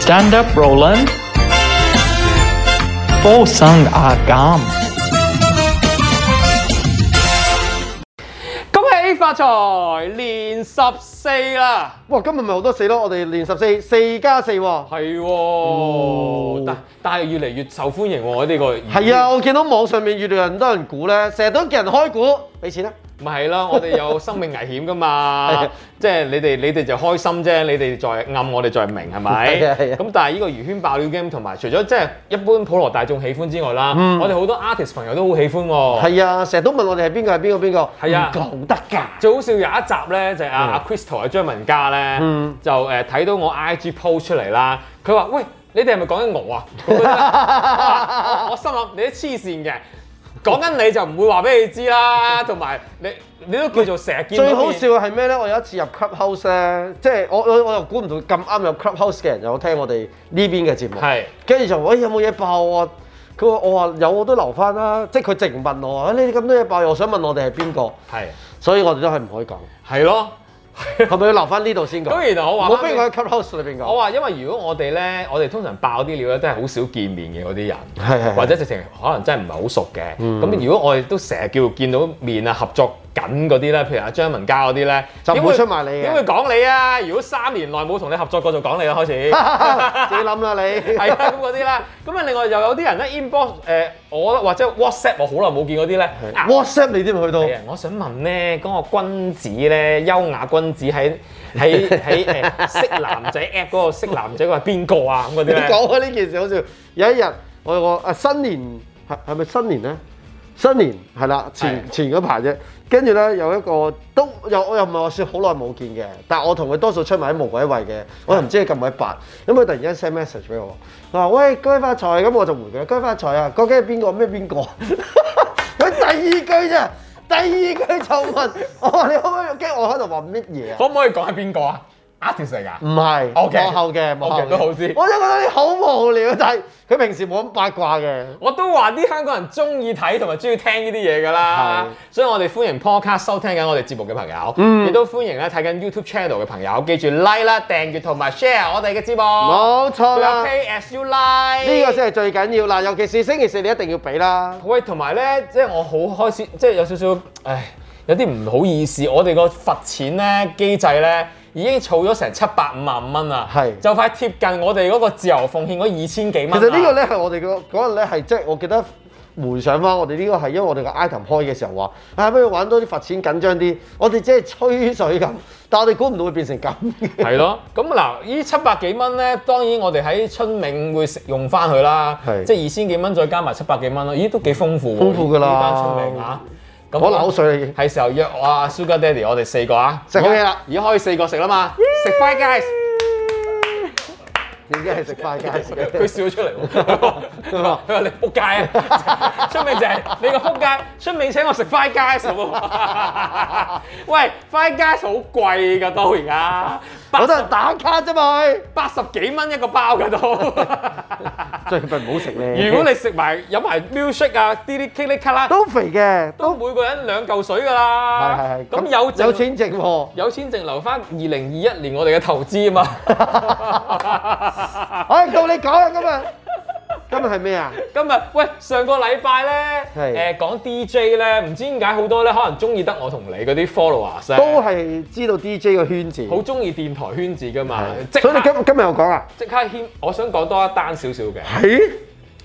Stand up, Roland. Fo sung Ah agam. 恭喜發財，年十四啦！哇！今日咪好多四咯，我哋連十四四加四喎。係喎、但但係越嚟越受歡迎喎、呢、個哦係嗯啊，，我見到網上面越嚟越多人估咧，成日都叫人開估，俾錢啦。啊咪係啦，我哋有生命危險噶嘛 係，即係你哋你哋就開心啫，你哋再暗我哋再明係咪？ 係啊係啊咁但係呢個魚圈爆料 game 同埋除咗即係一般普羅大眾喜歡之外啦，嗯我哋好多 artist 朋友都好喜歡喎、係啊，成日都問我哋係邊個係邊個邊個。哦係啊唔夠得㗎。最好笑有一集咧，就係阿啊嗯阿 Crystal 阿張文嘉咧，就誒睇到我 IG post 出嚟啦，佢話：喂，你哋係咪講緊我啊？咁樣啦我我心諗你啲黐線嘅，講緊你就唔會話俾你知啦，同埋你你都叫做成日見到最面好笑係咩咧？我有一次入 clubhouse 咧，即係我我我又估唔到咁啱入 clubhouse 嘅人有聽我哋呢邊嘅節目，係跟住就喂、有冇嘢爆啊？佢話我話有我都留翻啦，即係佢直問我啊！你哋咁多嘢爆，又想問我哋係邊個，係所以我哋都係唔 可以講，係咯。係咪要留翻呢度先講？咁然後我話唔好逼我喺 clubhouse 裏邊我講。話因為如果我哋咧，我哋通常爆啲料咧，都係好少見面嘅嗰啲人，係嗯係係或者直情可能真係唔係好熟嘅。咁、如果我哋都成日叫見到面啊，合作緊嗰啲咧，譬如阿張文嘉嗰啲咧，就唔會點出賣你嘅點會講你啊？如果三年內冇同你合作過，就講你啦開 始。自己諗啦你。係啊，咁嗰啲啦。咁啊，另外又有啲人咧 inbox 誒、我或者 WhatsApp 我好耐冇見嗰啲咧。啊 WhatsApp 你點去到？係啊，我想問咧，嗰、個君子咧，優雅君子喺 喺喺誒識男仔 app 嗰個識男仔嗰個係邊個啊？咁嗰啲你咧，講開呢件事好笑。有一日我有個啊新年係係咪新年咧？新年係啦，前係前嗰排啫。跟住咧有一個都又我又唔係話算好耐冇見嘅，但係我同佢多數出埋喺無鬼位嘅，我又唔知佢咁鬼白。咁佢突然間 send message 俾我，佢話喂恭喜發財，咁我就回佢恭喜發財啊！究竟係邊個咩邊個？ 佢第二句啫，第二句就問我話你可唔可以？跟住我喺度話乜嘢啊？可唔可以講係邊個啊？artist 嚟㗎唔係 OK 幕後嘅幕後 OK，嘅都好啲我真係覺得你好無聊，但係佢平時冇咁八卦嘅。我都話啲香港人中意睇同埋中意聽呢啲嘢㗎啦，所以我哋歡迎 podcast 收聽緊我哋節目嘅朋友，嗯亦都歡迎咧睇緊 YouTube channel 嘅朋友，記住 like 啦、訂閱同埋 share 我哋嘅節目，冇錯仲有啦， pay as you like 呢個先係最緊要啦，尤其是星期四你一定要俾啦。喂，同埋咧，即係我好開始，即係有少少，唉，有啲唔好意思。我哋個罰錢咧機制咧，已經儲咗成七百五萬蚊啦，係就快貼近我哋嗰個自由奉獻嗰二千幾蚊啊其啦。實呢個咧係我哋個嗰日咧係即係我記得回想翻，我哋呢個係因為我哋個 item 開嘅時候話，啊不如玩多啲罰錢緊張啲，我哋只係吹水咁，但我哋估唔到會變成咁。係咯，咁嗱，呢七百幾蚊咧，當然我哋喺春茗會食用翻佢啦，係即係二千幾蚊再加埋七百幾蚊咯，咦都幾豐富喎！豐富㗎啦呢單春茗啊，咁我口水啦已經係時候約我啊 Sugar Daddy，我哋四個啊，食好嘢啦而家可以四個食啦嘛，食 Five Guys，點解係食快街食佢嘅？笑咗出嚟喎，佢話佢話你仆街啊，春茗就係你個仆街，春茗請我食 Five Guys 喎，喂 Five Guys 好貴㗎都而家，我八都係打卡啫嘛， 佢八十幾蚊一個包㗎都。最近唔好食咧。如果你食埋飲埋 milkshake à, 啊，啲啲噼里咔啦，都肥嘅，都都每個人兩嚿水㗎啦。係係係啊咁有剩有錢剩喎。有錢剩留翻二零二一年我哋嘅投資啊嘛。唉，哎到你講啦，今 日今日係咩啊？今日喂，上個禮拜咧，誒係講 DJ 咧，唔知點解好多咧，可能中意得我同你嗰啲 followers 呢都係知道 DJ 個圈子，好中意電台圈子㗎嘛。即所以刻你今今日又講啊？即刻牽，我想講多一單少少嘅。係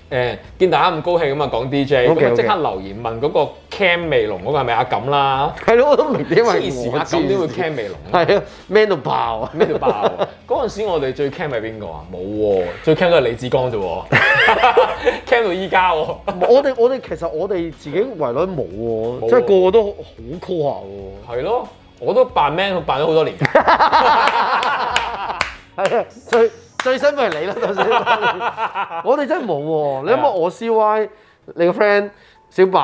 誒、見大家咁高興咁啊，講 DJ， OK，咁啊即 OK 刻留言問嗰個 Cam 味龍嗰個係咪阿錦啦？係咯，我都唔明點解黐線我啊！咁點會黐 cam 味龍咧？係啊，man 到爆啊！咩叫爆啊？嗰陣時我哋最 cam 係邊個啊？冇喎，最 cam 都係李志剛啫喎 ，cam 到依家喎。 我哋我哋其實我哋自己圍內冇冇喎，即係個個都好 cool 下係咯，我都扮 man 扮咗好多年。喎。係啊，最最辛苦係你啦，到時我哋真係冇喎。你諗啊下我 CY，你個 friend 小白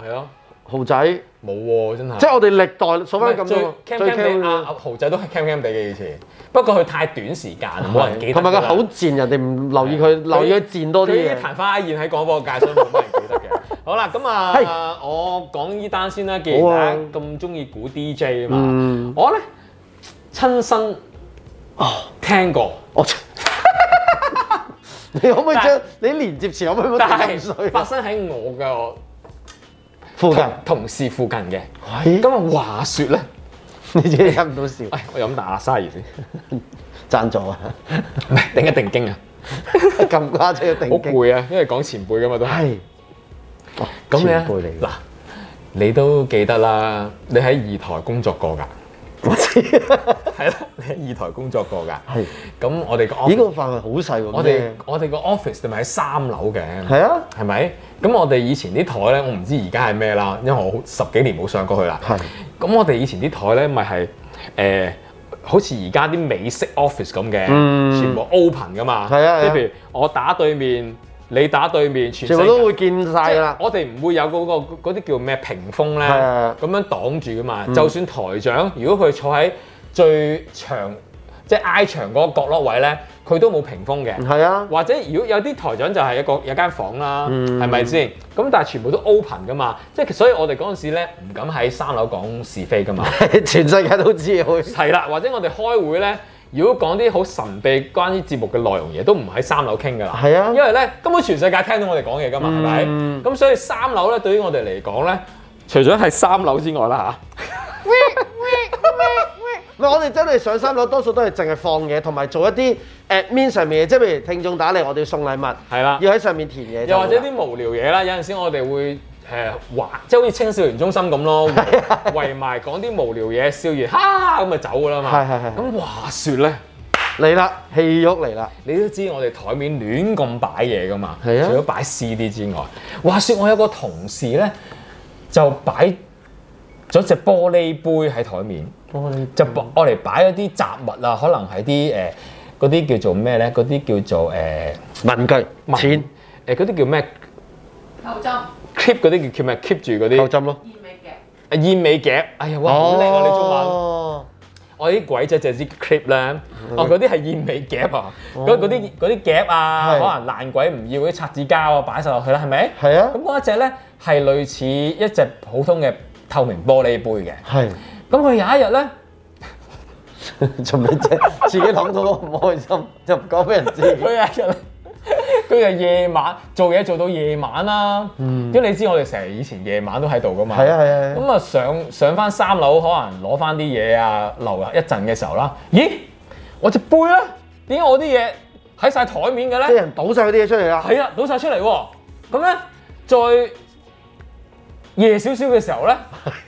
係啊，豪仔，冇喎，真係。即係我哋歷代數翻咁最多 cam cam 啊地嘅阿阿豪仔都係 cam cam 地嘅以前，不過佢太短時間，冇人記得㗎啦。啊同埋佢好賤，人哋唔留意佢，留意佢賤多啲佢呢嘢啲。曇花一現喺廣播界，所以冇乜人記得嘅。 好啦，咁啊，我講呢單先啦。既然好啊大家咁中意估 DJ 啊嘛嗯，哦 我咧親身聽過，我你可唔可以但將係你連接詞可唔可以但冇咁係水？發生喺我嘅附近，同事附近嘅。喂，咁啊話說咧，你自己忍唔到笑，喂，我飲大沙 先，贊助啊，唔係定一定經啊，咁誇張要定好經攰啊，因為講前輩噶嘛都係。係，咁你前呢輩嚟嗱，你都記得啦，你喺二台工作過㗎，我知，係啦，你喺二台工作過㗎。係， 咁我哋個咦個 office，範圍好細喎，我哋咩我哋個 office 咪喺三樓嘅，係啊，係咪？咁我哋以前啲台咧，我唔知而家係咩啦，因為我好十幾年冇上過去啦。係咁我哋以前啲台咧，咪係誒，好似而家啲美式 office 咁嘅，嗯全部 open 噶嘛。係啊係即啊係譬如我打對面，你打對面，全世全界部都會見即晒㗎係啦，我哋唔會有嗰、個嗰啲叫咩屏風咧，係嗯啊咁樣擋住噶嘛。就算台長，如果佢坐喺最長即係挨牆嗰個角落位咧，佢都冇屏風嘅。係啊，或者如果有啲台長就係一個有間房啦，嗯係咪先？咁但係全部都 open 噶嘛，即係所以我哋嗰陣時咧唔敢喺三樓講是非噶嘛。 全世界都知佢。係啦，或者我哋開會咧，如果講啲好神秘關於節目嘅內容嘢，都唔喺三樓傾噶啦。係啊嗯因為咧根本全世界聽到我哋講嘢噶嘛，係咪、咁所以三樓咧對於我哋嚟講咧，除咗係三樓之外啦唔係，我哋真係上三樓，多數都係淨係放嘢，同埋做一啲 admin 上面嘅，即係譬如聽眾打嚟，我哋要送禮物，嚇，係啦。要喺上面填嘢就又好啦。或者啲無聊嘢啦，有陣時我哋會誒玩，即係好似青少年中心咁 咯，圍圍埋講啲無聊嘢，笑完哈咁就走噶啦嘛。係係係咁話説咧，嚟啦，戲喐嚟啦，你都知我哋台面亂咁擺嘢噶嘛，係啊除咗擺 CD 之外，話説我有個同事咧就擺咗隻玻璃杯喺台面。玻璃就擺我嚟擺一啲雜物啊，可能係啲誒嗰啲叫做咩咧？嗰啲叫做誒、呃文具文錢誒嗰啲叫咩頭針？keep 嗰啲叫叫咩？keep 住嗰扣啲針咯。燕尾嘅，啊燕尾夾。哎呀，哇，好叻啊！你中文，哦，我啲鬼仔就係知 clip 咧，嗯哦嗰啲係燕尾夾啊，嗰嗰啲嗰啲夾啊，哦係可能爛鬼唔要嗰啲擦紙膠啊，擺晒落去啦，係咪？係啊咁嗰一隻咧係類似一隻普通嘅透明玻璃杯嘅，係 咁佢有一日咧。做咩啫？自己諗到都唔開心， 就唔講俾人知。佢係日， 佢係夜晚做嘢做到夜晚啦。因為你知我哋成日以前夜晚都喺度噶嘛。嗯係啊係啊係啊咁啊上上翻三樓，可能攞翻啲嘢啊，留一陣嘅時候啦。咦，我隻杯咧，點解我啲嘢喺晒台面嘅啲咧？人倒晒嗰啲嘢出嚟啦，係啊，倒晒出嚟喎。咁咧，再夜少少嘅時 候咧，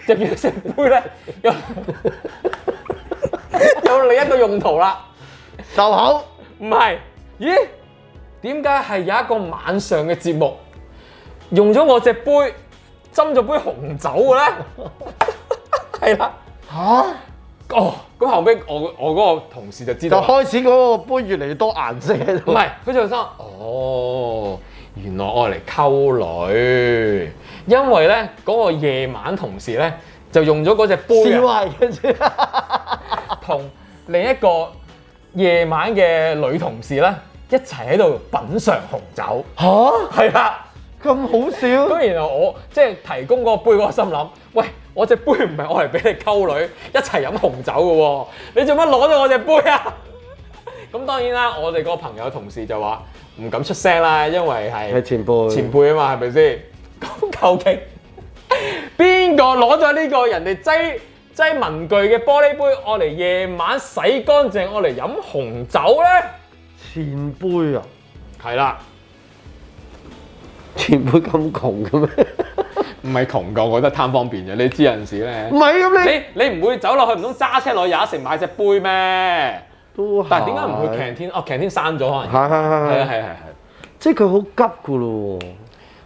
就變咗隻杯咧，有 有另一個用途啦。就口唔係，咦？點解係有一個晚上嘅節目用咗我隻杯斟咗杯紅酒嘅 咧？係啦，嚇，哦，咁後尾我我嗰個同事就知就道啦，開始嗰個杯越嚟越多顏色喺唔度。係佢就心諗哦，原來我嚟溝女，因為咧嗰、個夜晚同事咧就用咗嗰隻杯示啊威跟住，同另一個夜晚嘅女同事咧一齊喺度品嚐紅酒，嚇係啦。 咁好笑，咁然後我即係提供嗰個杯嗰個心諗，喂，我隻杯唔係我嚟俾你溝女一齊飲紅酒嘅喎，你做乜攞咗我隻杯啊？咁當然啦，我哋個朋友同事就話唔敢出聲啦，因為係係前輩前輩啊嘛，係咪先？咁究竟邊個攞咗呢個人哋擠擠文具嘅玻璃杯，我嚟夜晚洗乾淨，我嚟飲紅酒咧？前輩啊！係啦，前輩咁窮嘅咩？唔係窮過，我覺得貪方便啫。你知有陣時咧唔。係咁你你你唔會走落去唔通揸車落去有一城買隻杯咩？都係但係點解唔去 canteen？哦，canteen 閂咗可能。係係係係啊係係係係。即係佢好急㗎咯喎。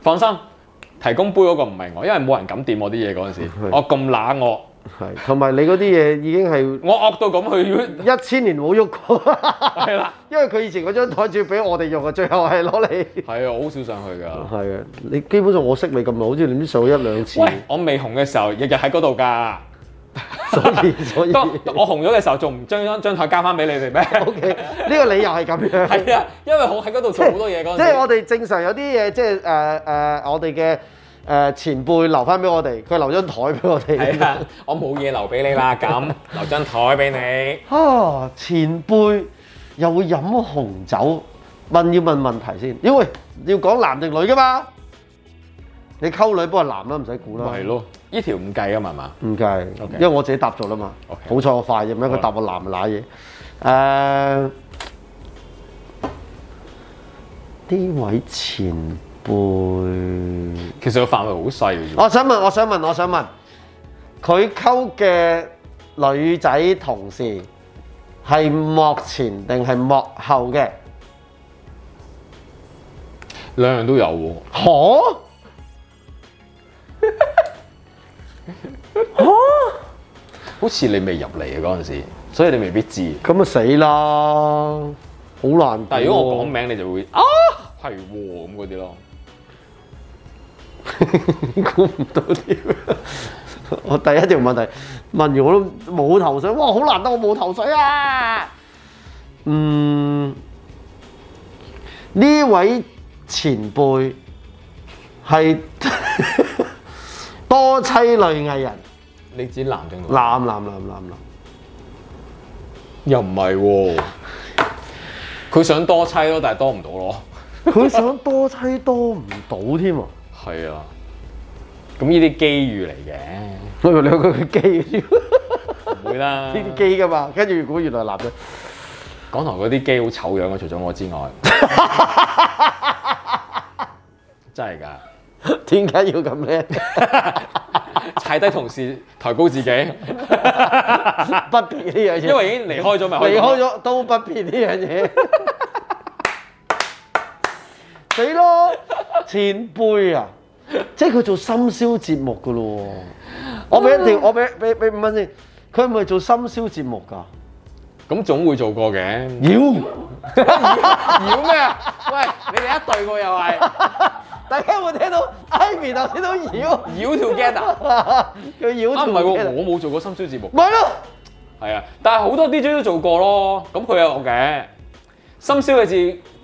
放心，提供杯嗰個唔係我，因為冇人敢掂我啲嘢嗰陣時，我咁乸惡，係，同埋你嗰啲嘢已經係我惡到咁佢一千年冇喐過， 要係啦。因為佢以前嗰張台主要俾我哋用啊，最後係攞你。係啊，我好少上去㗎。係啊，你基本上我識你咁耐，好似你唔知上一兩次，喂，我未紅嘅時候，日日喺嗰度㗎。所 以所以當當我紅咗嘅時候，仲唔將張張台交翻俾你哋咩？ OK，呢個理由係咁樣。係啊，因為我喺嗰度做好多嘢嗰陣時。 即係我哋正常有啲嘢，即係誒誒，我哋嘅誒前輩留翻俾我哋，佢留張台俾我係哋。啊，我冇嘢留俾你啦，咁留張台俾你。啊，前輩又會飲紅酒，問要問問題先，因為要講男定女噶嘛。你溝女不過男啦，唔使估啦。咪係咯，呢條唔計啊嘛係嘛？唔計 OK 因為我自己答咗啦嘛。 OK 好彩我快啫，唔係佢答我男咪揦嘢。誒、呢位前輩，其實個範圍好細嘅啫。我想問，我想問，我想問，佢溝嘅女仔同事係幕前定係幕後嘅？兩樣都有喎。嚇？好似你未入嚟嘅嗰陣時，所以你未必知。咁啊死啦！好難。但係如果我講，名，你就會啊係喎咁嗰啲咯。 估唔到添。我第一條問題問完我都冇頭水，哇！好難得我冇頭水啊。嗯，呢位前輩係多妻類藝人，你指男定女？男男男男男，又唔係喎。佢想多妻咯，但係多唔到咯。佢想多妻多唔到添啊！係啊。咁呢啲機遇嚟嘅， 我以為你講佢基唔會啦。 呢啲機噶嘛，跟住如果原來男嘅。港台嗰啲機好醜樣啊嘅，除咗我之外，真係㗎。 點解要咁咧？踩低同事，抬高自己，不變呢樣嘢，因為已經離開咗咪可以離咁咯開咗都不變呢樣 嘢。死咯，前輩啊！即係佢做深宵節目噶咯喎。我俾一條，我俾俾俾五蚊先。佢係咪做深宵節目㗎？咁總會做過嘅。妖！妖咩啊？喂，你哋一對過又係大家有冇聽到 Ivy 頭先都妖？妖 together 佢妖啊啊？唔條係嘢喎，嚟我冇做過深宵節目，咪咯，係啊，但係好多 DJ 都做過咯。咁佢有嘅深宵嘅字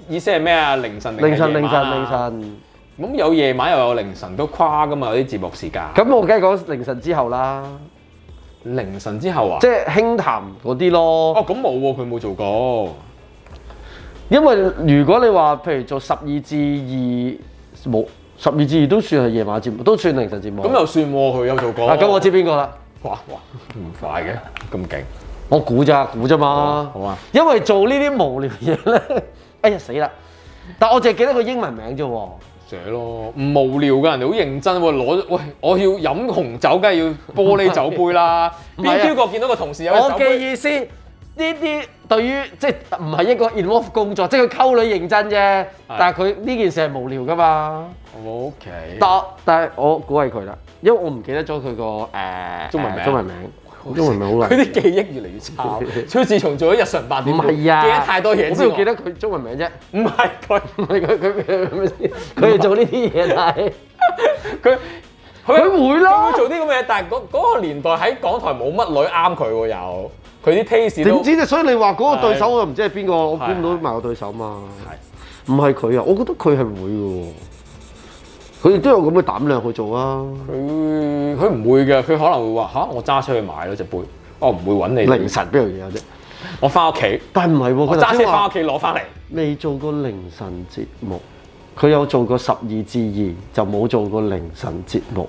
意思係咩啊？凌晨定係凌晨夜凌晚啊晨凌。晨。咁有夜晚又有凌晨都跨噶嘛？有啲節目時間。咁我梗係講凌晨之後啦，凌晨之後啊？即係輕談嗰啲咯。哦，咁冇喎，佢冇做哦過。因為如果你話譬如做十二至二冇十二至二都算係夜晚節目，都算凌晨節目。咁又算喎，佢有做過。啊，咁我知邊個啦，哇哇唔快嘅，咁勁。我估咋估咋嘛。好啊因為做呢啲無聊嘢咧，哎呀死啦！但我淨係記得佢英文名啫喎。寫咯，唔無聊㗎，人哋好認真喎，攞喂，我要飲紅酒，梗係要玻璃酒杯啦。 唔係啊邊 Q 個見到個同事有個我酒嘅杯，意思，呢啲對於即係唔係一個 involve 工作，即係佢溝女認真啫。但係佢呢件事係無聊噶嘛。 O K，但但係我估係佢啦，因為我唔記得咗佢個誒中文名中文名，中文名好難佢。啲記憶越嚟越差。 佢自從做咗日常八唔點，係啊，記得太多嘢我之邊外，度記得佢中文名啫？ 唔係佢，唔係佢佢佢佢佢哋做呢啲嘢， 但係佢佢佢會啦佢會做啲咁嘅嘢，但係嗰嗰個年代喺港台冇乜女啱佢喎，有佢啲 taste 點都知啫？所以你話嗰個對手係我又唔知係邊個，我估係唔到埋個對手嘛。唔係佢啊，我覺得佢係會嘅喎。佢亦都有咁嘅膽量去做啊！佢佢唔會嘅，佢可能會話吓，我揸車去買咯只杯，我唔會揾凌你，晨邊樣嘢有啫？我翻屋企，但唔係喎，我佢揸頭車翻先屋話企攞翻嚟。未做過凌晨節目，佢有做過十二至二，就冇做過凌晨節 目。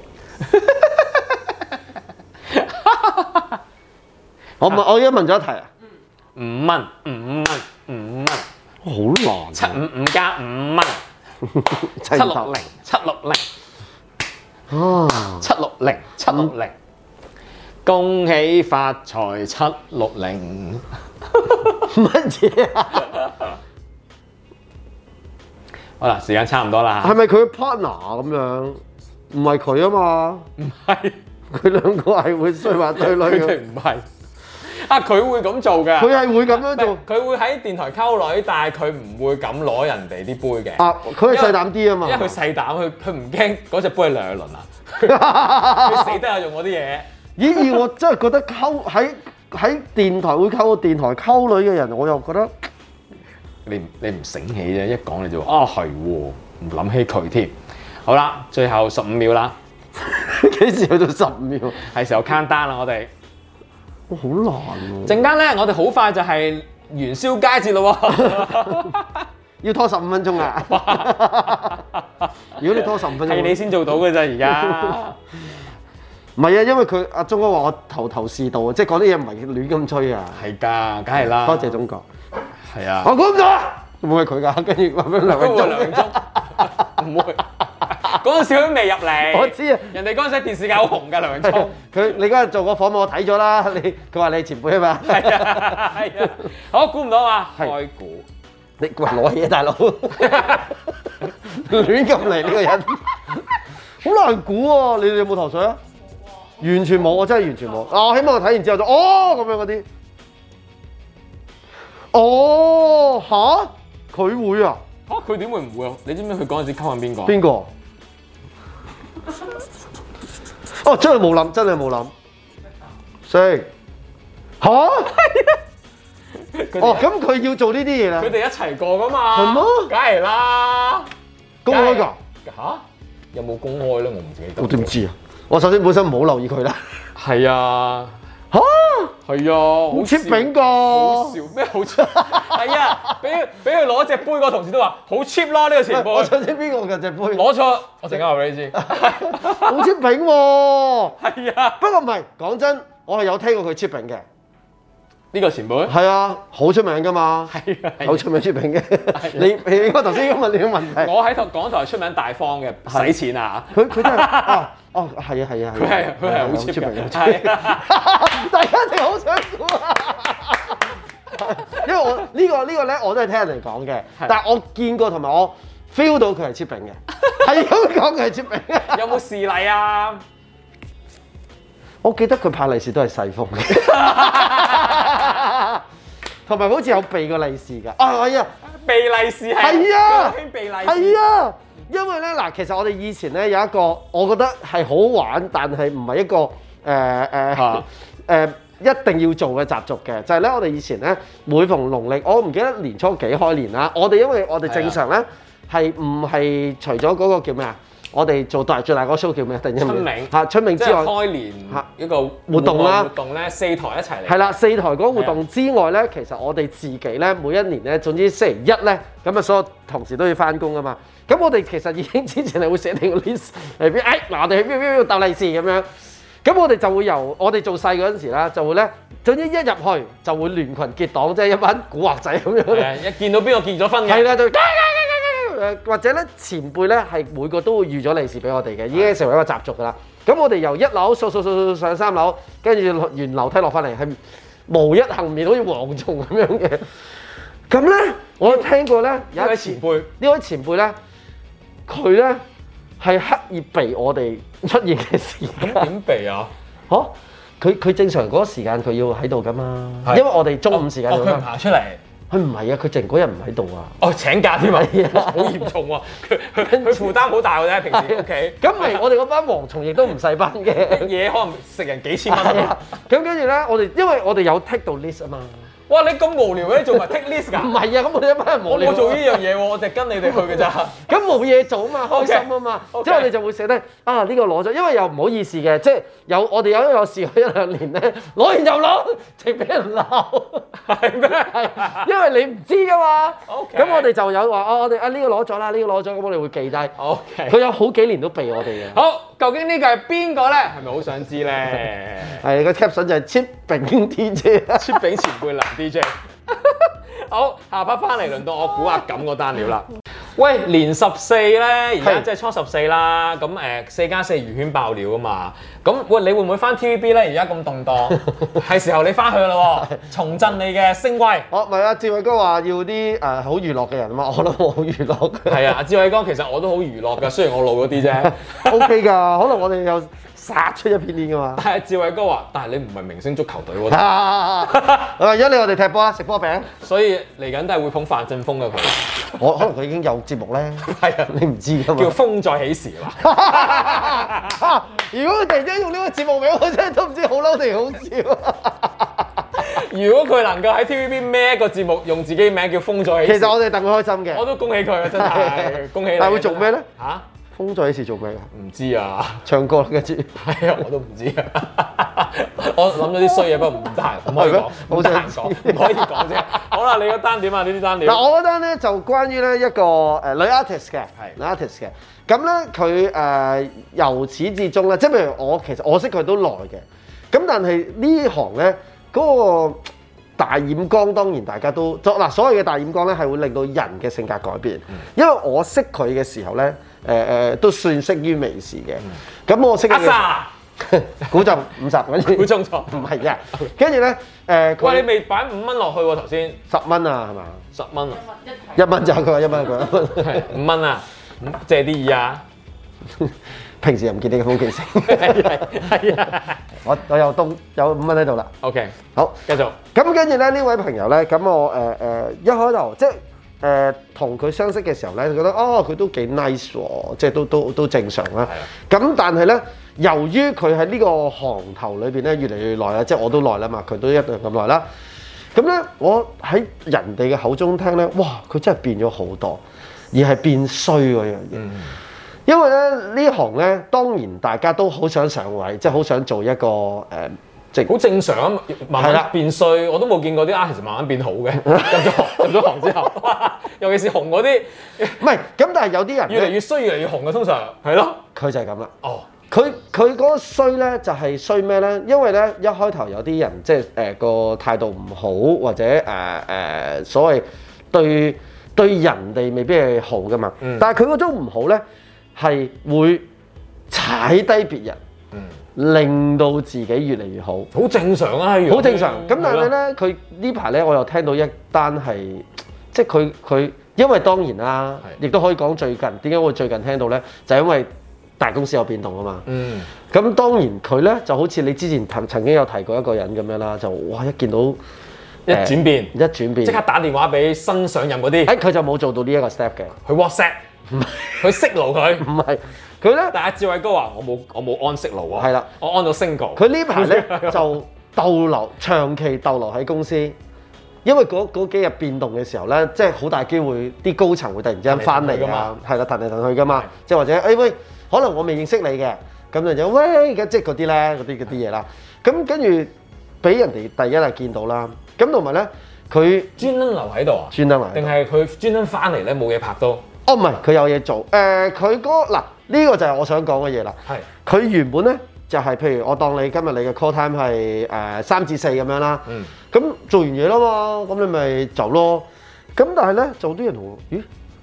我問，我而家問咗一題啊！五蚊，五蚊，五蚊，好難、七五五加五蚊，七七六零，七六零，啊！七六零，七六零。恭喜發財七六零，乜嘢啊？好啦，時間差唔多啦，係咪佢 partner 咁樣？唔係佢啊嘛，唔係佢兩個係會衰話對女佢嘅哋，唔係啊，佢會咁做㗎，佢係會咁樣唔係做佢會喺電台溝女，但係佢唔會咁攞人哋啲杯嘅，啊！佢係細膽啲啊因為佢嘛。細膽，佢佢唔驚嗰隻杯係兩輪啊， 佢死得啊用嗰啲嘢，咦？而我真係覺得溝喺喺電台會溝個電台溝女嘅人，我又覺得 你唔你唔醒起啫，一講你就話啊係喎，唔諗起佢添。好啦，最後十五秒啦，幾時去到十秒？係時候 count down 啦，我哋哇！好難喎、 陣間咧，我哋好快就係元宵佳節咯喎，要拖十五分 鐘啊！如果你拖十五分係你鐘，先做到嘅咋而家。唔係啊，因為佢阿鐘哥話我頭頭是道啊，即係講啲嘢唔係亂咁吹啊。係㗎，梗係啦。多謝鐘哥，係啊。我估唔到啊，冇係佢㗎， 跟住話俾梁永都會忠兩鐘，唔 會。嗰陣時佢都未入嚟。我知啊人哋嗰陣時電視界好紅㗎，梁永聰。 佢你嗰日做個訪問我睇咗啦， 你佢話你係前輩啊嘛，係啊，係啊。好，估唔到啊嘛，係開估。你喂攞嘢大佬， 亂咁嚟呢個人， 好難估喎、你哋有冇頭水啊？完全冇，我真係完全冇。啊，我希望我睇完之後就哦咁樣嗰啲，哦吓，佢會啊？嚇佢點會唔會啊？你知唔知佢嗰陣時溝緊邊個？邊個？哦，真係冇諗，真係冇諗。識吓？佢哋哦，咁佢要做呢啲嘢啦佢，哋一齊過㗎嘛？係咩梗係啦。公開㗎。嚇？有冇公開咧？我唔記得。我點？知啊？我首先本身唔好留意佢啦。係啊，嚇，係啊，好好笑切餅好㗎！笑咩？好 cheap 係啊，俾佢俾佢攞只杯個同事都話好 cheap 啦，呢個前 我輩想知邊個嘅隻杯，攞錯，我陣間話俾你知。好切餅喎。係啊，不過唔係，講真，我係有聽過佢切餅嘅。呢個前輩係啊，好出名㗎嘛，係啊好出名切餅嘅。你你應該頭先應該問你嘅問題，我喺港台出名大方嘅，使錢啊！佢佢真係啊哦係啊係啊，佢係佢係好 cheap 嘅，係啊大家一定好想估啊！因為我呢、個呢、個咧，我都係聽人哋講嘅，但係我見過同埋我 feel 到佢係切餅嘅，係咁講佢係切餅 嘅。有冇事例 啊？我記得佢派利是都係細封嘅，同埋好似有避過利是㗎。啊係啊，避利是係係啊佢興避利係是啊，因為咧嗱，其實我哋以前咧有一個，我覺得係好玩，但係唔係一個誒誒。呃 呃嚇誒一定要做嘅習俗嘅，就係咧，我哋以前咧每逢農曆，我唔記得年初幾開年啦。我哋因為我啊哋正常咧係唔係除咗嗰個叫咩啊？我哋做大最大嗰個 show 叫咩？突然間唔記得春茗嚇春茗即之係外，開年嚇一個活動啦活動咧，四台一齊嚟。啊係啦，四台嗰個活動之外咧，其實我哋自己咧每一年咧，總之星期一咧，咁啊所有同事都要翻工啊嘛。咁我哋其實已經之前係會寫定個 list 嚟邊，哎嗱我哋去邊邊度鬥利是咁樣。咁我哋就會由我哋做細嗰陣時啦，就會咧，總之一入去就會聯群結黨，即係一班古惑仔咁樣。係啊，一見到邊個結咗婚係嘅，啦，就誒或者咧前輩咧係每個都會預咗利是俾我哋嘅，已經成為一個習俗㗎啦。咁我哋由一樓掃掃掃掃上三樓，跟住沿樓梯落翻嚟，係無一幸免，好似蝗蟲咁樣嘅。咁咧，我聽過咧有呢一位次前輩呢位前輩咧，佢咧係刻意避我哋出現嘅時 咁間。點避啊？嚇、哦佢佢正常嗰個時間佢要喺度㗎嘛，係因為我哋中午時間啊哦要佢唔返。爬出嚟，佢唔係啊，佢淨嗰日唔喺度啊。哦請假添啊係，啊好嚴重喎，佢佢佢負擔好大嘅啫，平時屋企咁咪我哋嗰班蝗蟲亦都唔細 班嘅。嘢可能食人幾千蚊係啊啊！咁跟住咧，我哋因為我哋有 take 到 list 啊嘛，哇！你咁無聊嘅，你做埋 take list 唔㗎？係啊，咁我哋一班人我冇料冇啊做呢，樣嘢喎，我就跟你哋去嘅咋。咁冇嘢做啊 嘛，開心啊嘛， OK，OK 之後我哋就會寫低啊呢個攞咗，因為又唔好意思嘅，即係有我哋有有試過一兩年咧，攞完又攞，直俾人鬧，係咩係 因為你唔知 噶嘛， OK 咁我哋就有話啊，我哋啊呢個攞咗啦，呢個攞咗，咁我哋會記低， ？OK，佢有好幾年都避我哋嘅。好，究竟呢個係邊個咧？係咪好想知咧？係個 caption 就係 c h i p p i n g DJ 啊出俾前輩男 DJ。好，下 part 翻嚟，輪到我估下咁嗰單料啦。喂，年十四咧，而家係即係初十四啦，咁誒四加四魚圈爆料啊嘛，咁喂你會唔會翻 TVB 咧？而家咁動盪，係時候你翻去啦喎，重振你嘅聲威。我唔係啊，志偉哥話要啲誒好娛樂嘅人啊嘛，我 諗我好娛樂嘅係啊，志偉哥其實我都好娛樂㗎，雖然我老咗啲啫。 ，OK 㗎，可能我哋又殺出一片天㗎嘛。 但係志偉哥話，但係你唔係明星足球隊喎，啊！而家你我哋踢波啦，食波餅。所以嚟緊都係會捧范振峰嘅佢，我可能佢已經有節目咧， 係啊，你唔知 叫㗎嘛。風再起時啦。 啊 如果佢突然間用呢個節目名，我真係都唔知好嬲定好笑啊！如果佢能夠喺 TVB 孭一個節目，用自己名叫風咗起，其實我哋戥佢開心我嘅， 都恭喜佢啊！真係恭喜你！但係會做咩咧嚇？風再起時做咩㗎？唔知啊， 唱歌啦，跟住。係啊，我都唔知啊。 我諗咗啲衰嘢，不過唔得閒，唔可以係咩講，好唔得閒想講，唔可以講 啫。好啦，你個單點啊？呢啲單點嗱，我嗰單咧就關於咧一個誒、呃女 artist 嘅，女 artist 嘅。咁咧佢誒由始至終咧，即係譬如我其實我識佢都耐嘅。咁但係呢行咧嗰、個大染缸當然大家都作嗱，所謂嘅大染缸咧係會令到人嘅性格改變。嗯因為我識佢嘅時候咧，誒、誒都算識於微時嘅。咁、我識阿佢嘅 sa，古就五十跟住估中咗。唔係嘅，跟住咧誒喂，你佢未擺五蚊落去喎頭先，十蚊啊係嘛？十蚊 啊，一蚊就佢，一蚊就佢。係五蚊啊，借啲意啊， 平時又唔見你嘅好記性，係啊 我我有東有五蚊喺度啦。 ，OK，好，繼續，咁跟住咧呢位朋友咧，咁我誒誒、呃一開頭即係誒同佢相識嘅時候咧，就覺得哦佢都幾 nice 喎，即係都都都正常啦。啊咁但係咧，由於佢喺呢個行頭裏邊咧越嚟越耐啦，啊即係我都耐啦嘛，佢都一樣咁耐啦。咁咧，我喺人哋嘅口中聽咧，哇！佢真係變咗好多，而係變衰嗰樣嘢。嗯因為咧呢行咧，當然大家都好想上位，即係好想做一個誒、呃即係好正常啊，慢係啦慢變衰，我都冇見過啲 artist 慢慢變好 嘅，入咗行入咗行之後， 尤其是紅嗰啲，唔係咁，但係有啲人越嚟咧，越衰，越嚟越紅嘅通常係咯，佢就係咁啦。哦，佢佢嗰個衰咧就係衰咩咧？因為咧一開頭有啲人即係誒個態度唔好，或者誒誒、呃所謂對對人哋未必係好噶嘛。嗯但係佢嗰種唔好咧係會踩低別人，令到自己越嚟越好。好正常啊，呢樣好正常。咁但係係咯咧，佢呢排咧，我又聽到一單係，即係佢佢，因為當然啦，係亦都可以講最近點解會最近聽到咧，就係因為大公司有變動啊嘛。嗯，咁當然佢咧就好似你之前曾曾經有提過一個人咁樣啦，就哇一見到一轉變，一轉變，即刻打電話俾新上任嗰啲，嗯誒佢就冇做到呢一個 step 嘅，佢 WhatsApp，佢息怒佢。唔係佢咧，但阿志偉哥話：我冇我冇安息奴啊，係啦，我安咗 single。佢呢 排啊咧就逗留長期逗留喺公司，因為嗰嗰幾日變動嘅時候咧，即係好大機會啲高層會突然之間翻騰嚟騰去嚟㗎啊嘛，係啦，騰嚟騰去噶嘛係，即係或者誒、哎喂，可能我未認識你嘅，咁就就喂，即係嗰啲咧，嗰啲嗰啲嘢啦，咁跟住俾人哋第一啊見到啦，咁同埋咧佢專登留喺度啊？專登嚟，定係佢專登翻嚟咧冇嘢拍到？哦唔係佢有嘢做，誒佢嗰嗱呢個就係我想講嘅嘢啦。係佢原本咧就係、譬如我當你今日你嘅 call time 係誒三至四咁樣啦，嗯咁、做完嘢啦嘛，咁你咪走咯。咁但係咧，就啲人同我，咦，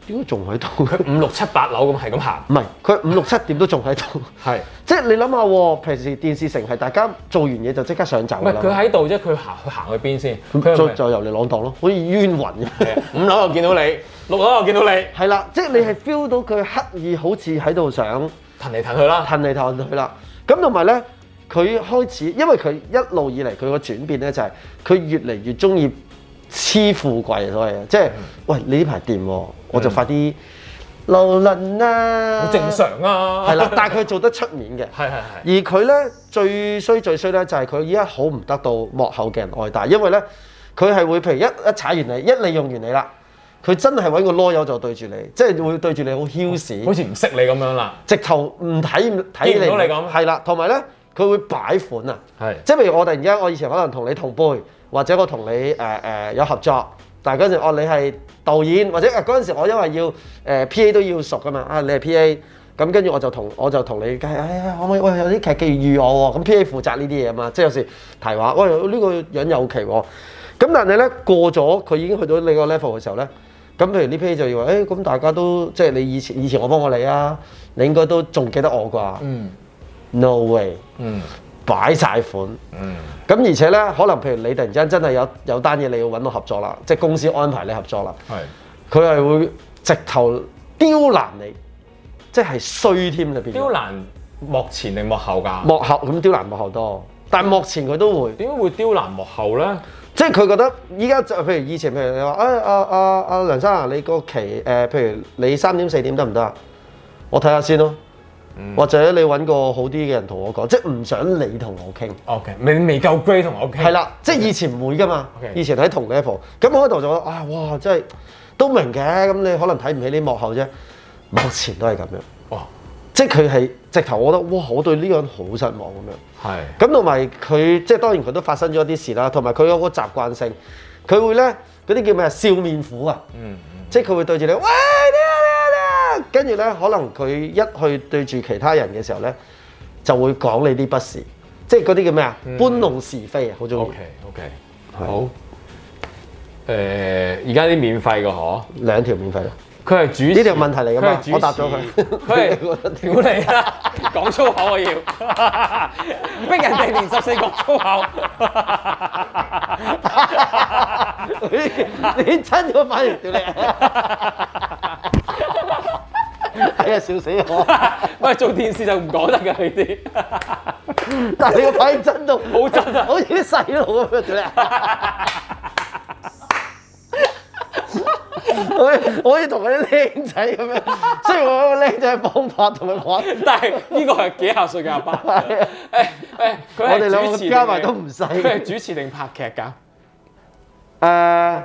點解仲喺度 嘅？五六七八樓咁係咁行。唔係，佢五六七點都仲喺度。 係，即係你諗下喎，平時電視城係大家做完嘢就即刻上走唔㗎係佢啦，喺度啫，佢行佢行去邊先？佢咁係就咪就由你朗蕩咯，好似冤魂咁。係五樓又見到你，六樓啊又見到你，係啦，即係你係 feel 到佢刻意好似喺度想。騰嚟騰去啦。褪嚟褪去啦。咁同埋咧，佢開始，因為佢一路以嚟佢個轉變咧，就係、佢越嚟越中意黐富貴所謂嘅，即係喂你呢排掂喎，我就快啲流輪啦。嗯好正。常啊。係啦，但係佢做得出面嘅。 係係係。而佢咧最衰最衰咧就係佢依家好唔得到幕後嘅人愛戴，因為咧佢係會譬如一一踩完你，一利用完你啦，佢真係揾個啰柚就對住你，即係會對住你好囂屎好。似唔識你咁樣啦。直頭唔睇唔睇見唔到你咁係啦，同埋咧佢會擺款啊，係即係譬如我突然之間，我以前可能同你同輩，或者我同你誒誒、呃有合作，但係嗰陣時哦你係導演，或者啊嗰陣時我因為要誒、呃 P.A. 都要熟噶嘛，啊你係 P.A. 咁跟住我就同我就同你梗係，哎呀，可唔可以喂有啲劇記預我喎？咁 P.A. 負責呢啲嘢啊嘛，即係有時提話，喂呢、個樣有奇喎。咁但係咧過咗佢已經去到你個 level 嘅時候咧，咁譬如呢 P.A. 就要話，誒、咁大家都即係你以前以前我幫過你啊，你應該都仲記得我啩、嗯 n o way，嗯擺晒款。嗯。咁而且咧，可能譬如你突然之間真係有有單嘢你要揾我合作啦，即係公司安排你合作啦，係。佢係會直頭刁難你，即係衰添入邊。刁難幕前定幕後㗎？幕後咁刁難幕後多，但係幕前佢都會，點解會刁難幕後咧？即係佢覺得依家就譬如以前譬如你話，誒阿阿阿梁生啊，你個期誒、譬如你三點四點得唔得啊？我睇下先咯，嗯或者你揾個好啲嘅人同我講，即係唔想你同我傾。 OK，你未夠 grade 同我 OK，係啦，即係以前唔會噶嘛 OK 以前喺同 level，咁開頭就覺得啊，哇，真係都明嘅，咁你可能睇唔起啲幕後啫，幕前都係咁樣，哇，即係佢係直頭，我覺得哇！我對呢個人好失望咁樣。係咁同埋佢即係當然佢都發生咗啲事啦，同埋佢有個習慣性，佢會咧嗰啲叫咩啊笑面虎啊，嗯即係佢會對住你喂你啊你啊你啊，跟住咧可能佢一去對住其他人嘅時候咧，就會講你啲不是，即係嗰啲叫咩啊搬弄是非啊，好中意嗯 OK OK 好誒，而家啲免費嘅嗬，兩條免費啦，佢係主呢條問題嚟㗎嘛佢係主持我答咗佢 佢啊係屌你啦，講粗口我要，逼人哋連十四講粗口。你你真個反應屌你，係啊笑死我！喂，做電視就唔講得㗎呢啲，但係你個反應真到好真啊！好似啲細路咁樣屌你！我我可以同嗰啲僆仔咁樣，雖然我有個僆仔方法同 佢玩，但係呢個係幾廿歲嘅阿爸。誒誒，佢啊我哋兩係個主持定加埋都唔細佢係主持定拍劇㗎？誒、但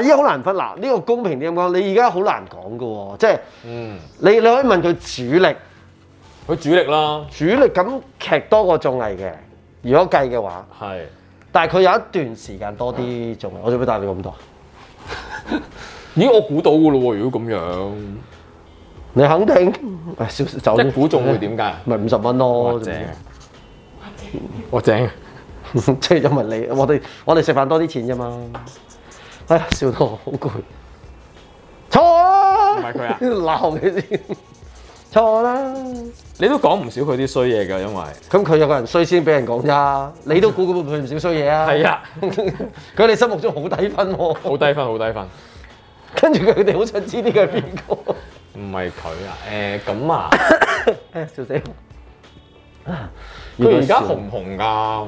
係依家好難分嗱，呢、個公平啲咁講，你而家好難講嘅喎，即係嗯，你你可以問佢主力，佢主力啦，主力咁劇多過綜藝嘅，如果計嘅話，係但係佢有一段時間多嗯啲綜藝，我做咩帶你咁多？咦，我估到㗎咯喎！如果咁樣，你肯定？誒，少少走嗯即先係估中會點㗎？咪五十蚊咯，我總之正，我正。啊 即係因為你，我哋我哋食飯多啲錢啫嘛。哎呀，笑到我好攰。錯啊！唔係佢啊 鬧佢先。錯啦。你都講唔少佢啲衰嘢㗎，因為咁佢有個人衰先俾人講咋，你都估估佢唔少衰嘢啊。係啊， 佢哋心目中好低分喎、好低分，好低分。跟住佢哋好想知呢個係邊個。 唔係佢啊，誒、咁啊，哎笑死我！佢而家紅唔紅㗎？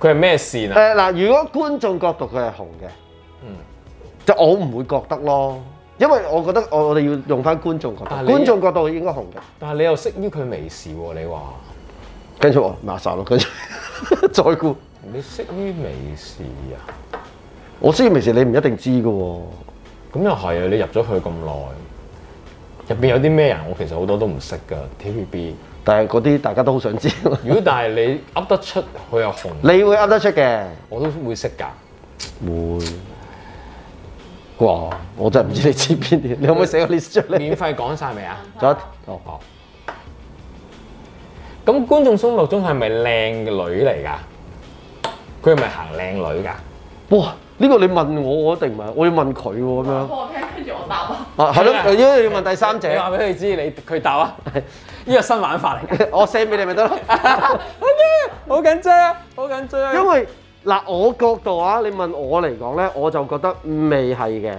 佢係咩線啊？誒呃嗱，如果觀眾角度佢係紅嘅，嗯就我唔會覺得咯，因為我覺得我我哋要用翻觀眾角度，但係啊你觀眾角度應該紅嘅。但係你又識於佢微視喎、你話跟住我抹手咯，跟住 再顧。你識於微視啊？我雖然平時你唔一定知嘅喎，咁又係啊！你入咗去咁耐，入邊有啲咩人我其實好多都唔識㗎。TVB，但係嗰啲大家都好想知。啊 如果但係你噏得出佢又紅，你會噏得出嘅，我都會識㗎。會啩？我真係唔知你知 邊啲，你可唔可以寫個 list 出嚟？免費講晒未啊？仲有哦，哦。咁觀眾心目中係咪靚嘅女嚟㗎？佢係咪行靚女㗎？哇！呢、個你問我，我一定唔係，我要問佢喎咁樣。我聽，跟住我答啊。啊，係咯，因為你要問第三者你，話俾佢知，你佢答 啊！呢個新玩法 嚟㗎。 我 send 俾你 咪得咯。好緊張啊！好緊張啊！因為嗱，我角度啊，你問我嚟講咧，我就覺得未係嘅，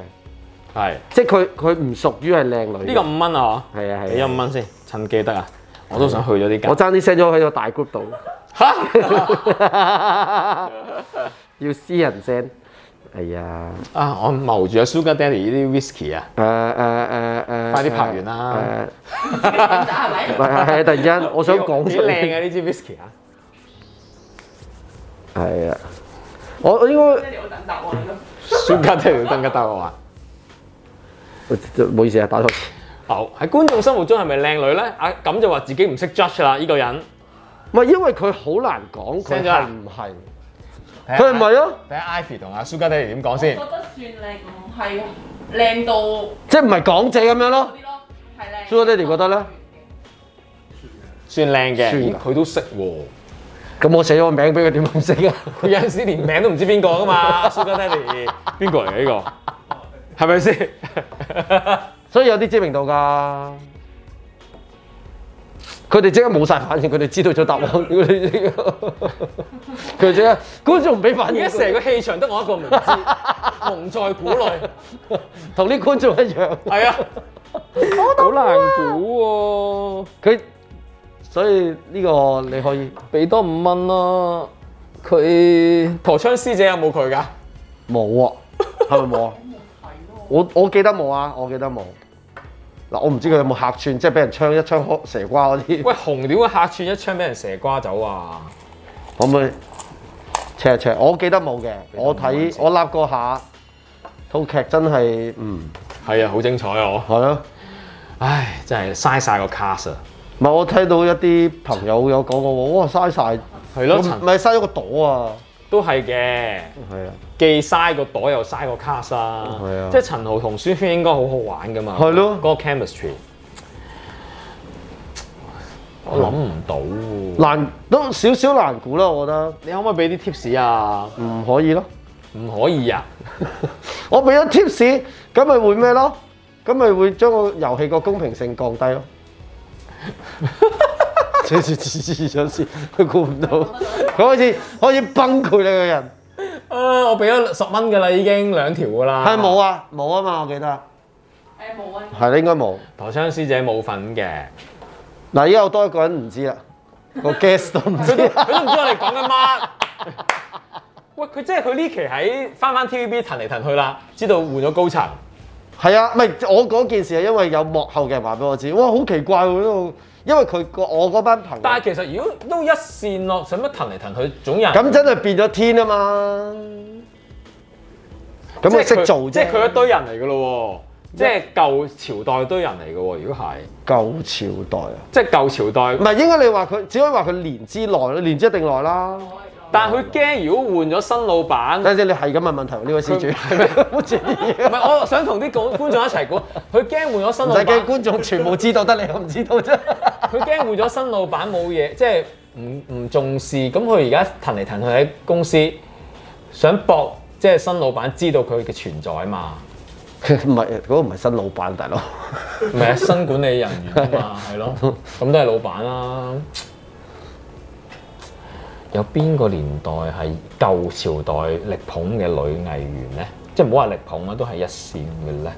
係即係佢佢唔屬於係靚女。呢個五蚊啊！係啊係啊俾咗五蚊先，趁記得啊！我都想去咗啲我間。爭啲 send 咗喺個大 group 度，嚇！ 要私人 send。係啊，啊！我謀住阿 Sugar Daddy 呢啲 whisky 啊！誒誒誒誒，快啲拍完啦咁打係咪誒！？係係係，突然間我想講幾出靚嚟。嘅呢支 whisky 啊！係啊，我我應該跟住我等答案咯。 Sugar Daddy 登嘅答案啊！唔好意思啊，打錯字。好喺觀眾心目中係咪靚女咧？啊咁就話自己唔識 judge 啦，呢、個人。唔係因為佢好難講，佢 send 咗啊啦係唔係？佢係唔係啊？睇下 Ivy 同阿 Sugar Daddy 點講我先覺。得算靚，唔係靚到嗰即係唔係港姐咁樣咯？啲咯，係靚。 Sugar Daddy 覺得咧？算靚嘅，算㗎咦佢都識喎。咁我寫咗個名俾佢點咁 識啊？佢有陣時連名都唔知邊個噶嘛，Sugar Daddy 邊個嚟嘅呢個？係咪先？所以有啲知名度㗎。佢哋即刻冇晒反應，佢哋知道咗答案，佢哋即刻佢哋即刻觀眾唔俾 反而應家，成個氣場得我一個唔知，蒙在鼓裏。同啲觀眾一樣，係啊，好難估喎、佢所以呢個你可以俾多五蚊啦。佢陀槍師姐有冇佢㗎？冇啊？係咪冇 啊？我我記得冇啊，我記得冇。嗱，我唔知佢有冇客串，即係俾人槍一槍開蛇瓜嗰啲，喂，紅點會客串一槍俾人蛇瓜走啊？可唔可以 check 一 check？我記得冇嘅，我睇我立過下套劇真係嗯。係啊，好精彩啊！我係咯，唉，真係嘥晒個 cast 啊！唔係我聽到一啲朋友有講過我，哇嘥晒，係咯我唔係嘥咗個朵啊，都係嘅。係啊，既嘥個袋又嘥個卡啦，係啊即係陳豪同孫軒應該好好玩噶嘛，係咯嗰個 chemistry，我諗唔到喎。難都少少難估啦，我覺得你可唔可以俾啲 tips 啊？唔可以咯。唔可以啊？我俾咗 tips，咁咪會咩咯？咁咪會將個遊戲個公平性降低咯。 黐線黐咗線，佢估唔到，佢開始開始崩潰你個人。啊！我俾咗十蚊㗎啦，已經兩條㗎啦。係冇啊冇啊嘛，我記得誒冇啊，係應該冇。陀槍師姐冇份嘅，嗱，依家有多一個人唔知啦， 個 guest 都唔知佢都。佢都唔知我哋講緊乜。 喂，佢即係佢呢期喺翻翻 TVB 騰嚟騰去啦，知道換咗高層。係啊，唔係我嗰件事係因為有幕後嘅人話俾我知，哇好奇怪喎呢度，因為佢個我嗰班朋友但係其實如果都一線落，使乜騰嚟騰去，總有人咁真係變咗天啊嘛。咁佢即係識做啫，即係佢一堆人嚟嘅咯喎，即係舊朝代堆人嚟嘅喎。如果係，舊朝代啊，即係舊朝唔代，係應該你話佢，只可以話佢年資耐咯，年資一定耐啦。但係佢驚如果換咗新老闆，等陣先，你係咁問問題喎，呢位施主佢係咪好似唔係我想同啲觀 觀眾一齊估，佢驚換咗新唔老使驚，闆，觀眾全部知道得你我唔知道啫。佢驚換咗新老闆冇嘢，即係唔唔重視。咁佢而家騰嚟騰去喺公司，想搏即係新老闆知道佢嘅存在啊嘛， 唔係嗰個唔係新老闆，大佬 唔係啊新管理人員啊嘛，係咯，咁都係老闆啦。有邊個年代係舊朝代力捧嘅女藝員咧？即係唔好話力捧啊啦，都係一線嘅咧。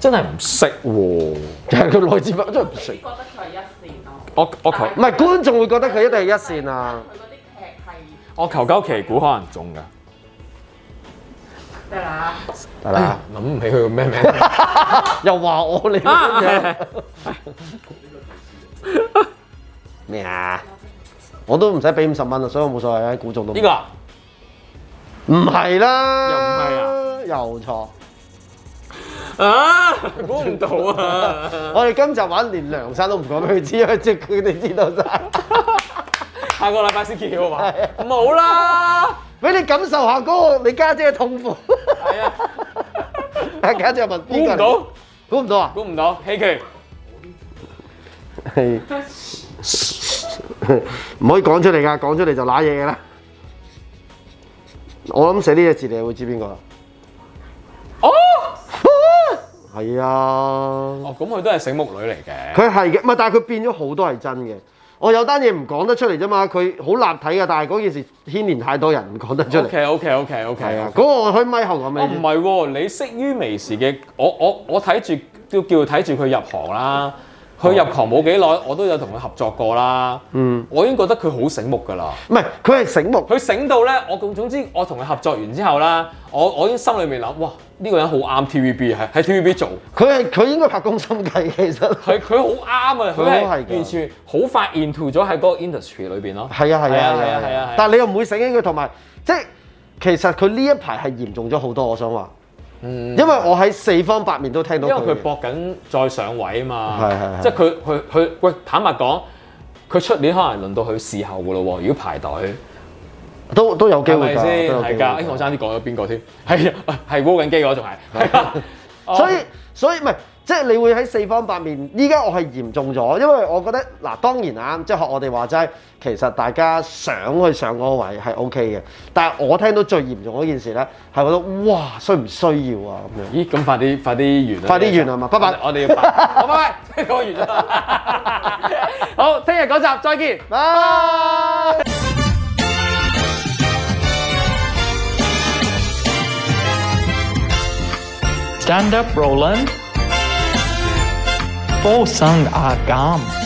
真係唔識喎！就係佢內置不真係唔你識覺。得佢係一線咯？我我求唔係觀眾會覺得佢一定係一線啊！佢嗰啲劇係我求鳩旗鼓可能中㗎。得啦，得啦，諗唔起佢個咩名又話我你啊！咩啊？我都唔使俾五十蚊啦，所以我冇所謂啊，估中都 呢個啊唔係又啦，又唔係啊，又錯。啊，估唔到啊！我哋今集玩連梁生都唔講俾佢知，因為即係佢哋知道晒。 下個禮拜先揭曉啊嘛，冇啦。俾你感受下嗰個你家姐嘅痛苦。係 啊，啊家姐問估邊個唔嚟到，，估唔到啊！估唔到，希奇。係 唔可以講出嚟㗎，講出嚟就揦嘢㗎啦。我諗寫呢隻字，你會知邊個啦？哦，係啊，哦，咁佢都係醒目女嚟嘅。佢係嘅，唔係，但係佢變咗好多係真嘅。我有單嘢唔講得出嚟啫嘛，佢好立體㗎，但係嗰件事牽連太多人唔講得出 O 嚟。 K O K O K O 係 K 啊，。嗰個我開咪後講我俾你哦唔知。係喎，你識於微時嘅，我我我睇住都叫睇住佢入行啦。佢入行冇幾耐，我都有同佢合作過啦。哦嗯，我已經覺得佢好醒目㗎啦。唔係，佢係醒目。佢醒到咧，我總之我同佢合作完之後啦，我我已經心裏面諗，哇！呢、個人好啱 TVB 係喺 TVB 做，佢係佢應該拍攻心計，其實佢佢好啱啊！佢佢係好係㗎完全好快 into 咗喺嗰個 industry 裏邊咯。係啊係啊係啊係啊係啊但係你又唔會醒起佢，同埋即係其實佢呢一排係嚴重咗好多，我想話，嗯因為我喺四方八面都聽到因為佢佢嘅。搏緊再上位啊係嘛係，係即係佢佢佢喂坦白講，佢出年可能輪到佢事後噶咯喎，如果排隊都都有機係會咪㗎，先？都有係機㗎，哎會我爭啲講咗邊個添？ 係啊，係鍋緊機嗰仲係，係 啊所以所以唔係，即係你會喺四方八面。依家我係嚴重咗，因為我覺得嗱，當然啊，即係學我哋話齋，其實大家想去上嗰個位係 OK 嘅，但係我聽到最嚴重嗰件事咧，係覺得哇，需唔需要啊咁樣？咦咁快啲快啲完啦！快啲完啊嘛拜拜我哋我哋要拜，好拜拜，講完啦。 好，聽日嗰集再見。啊拜。Ah Stand up, Roland. Fosang agam.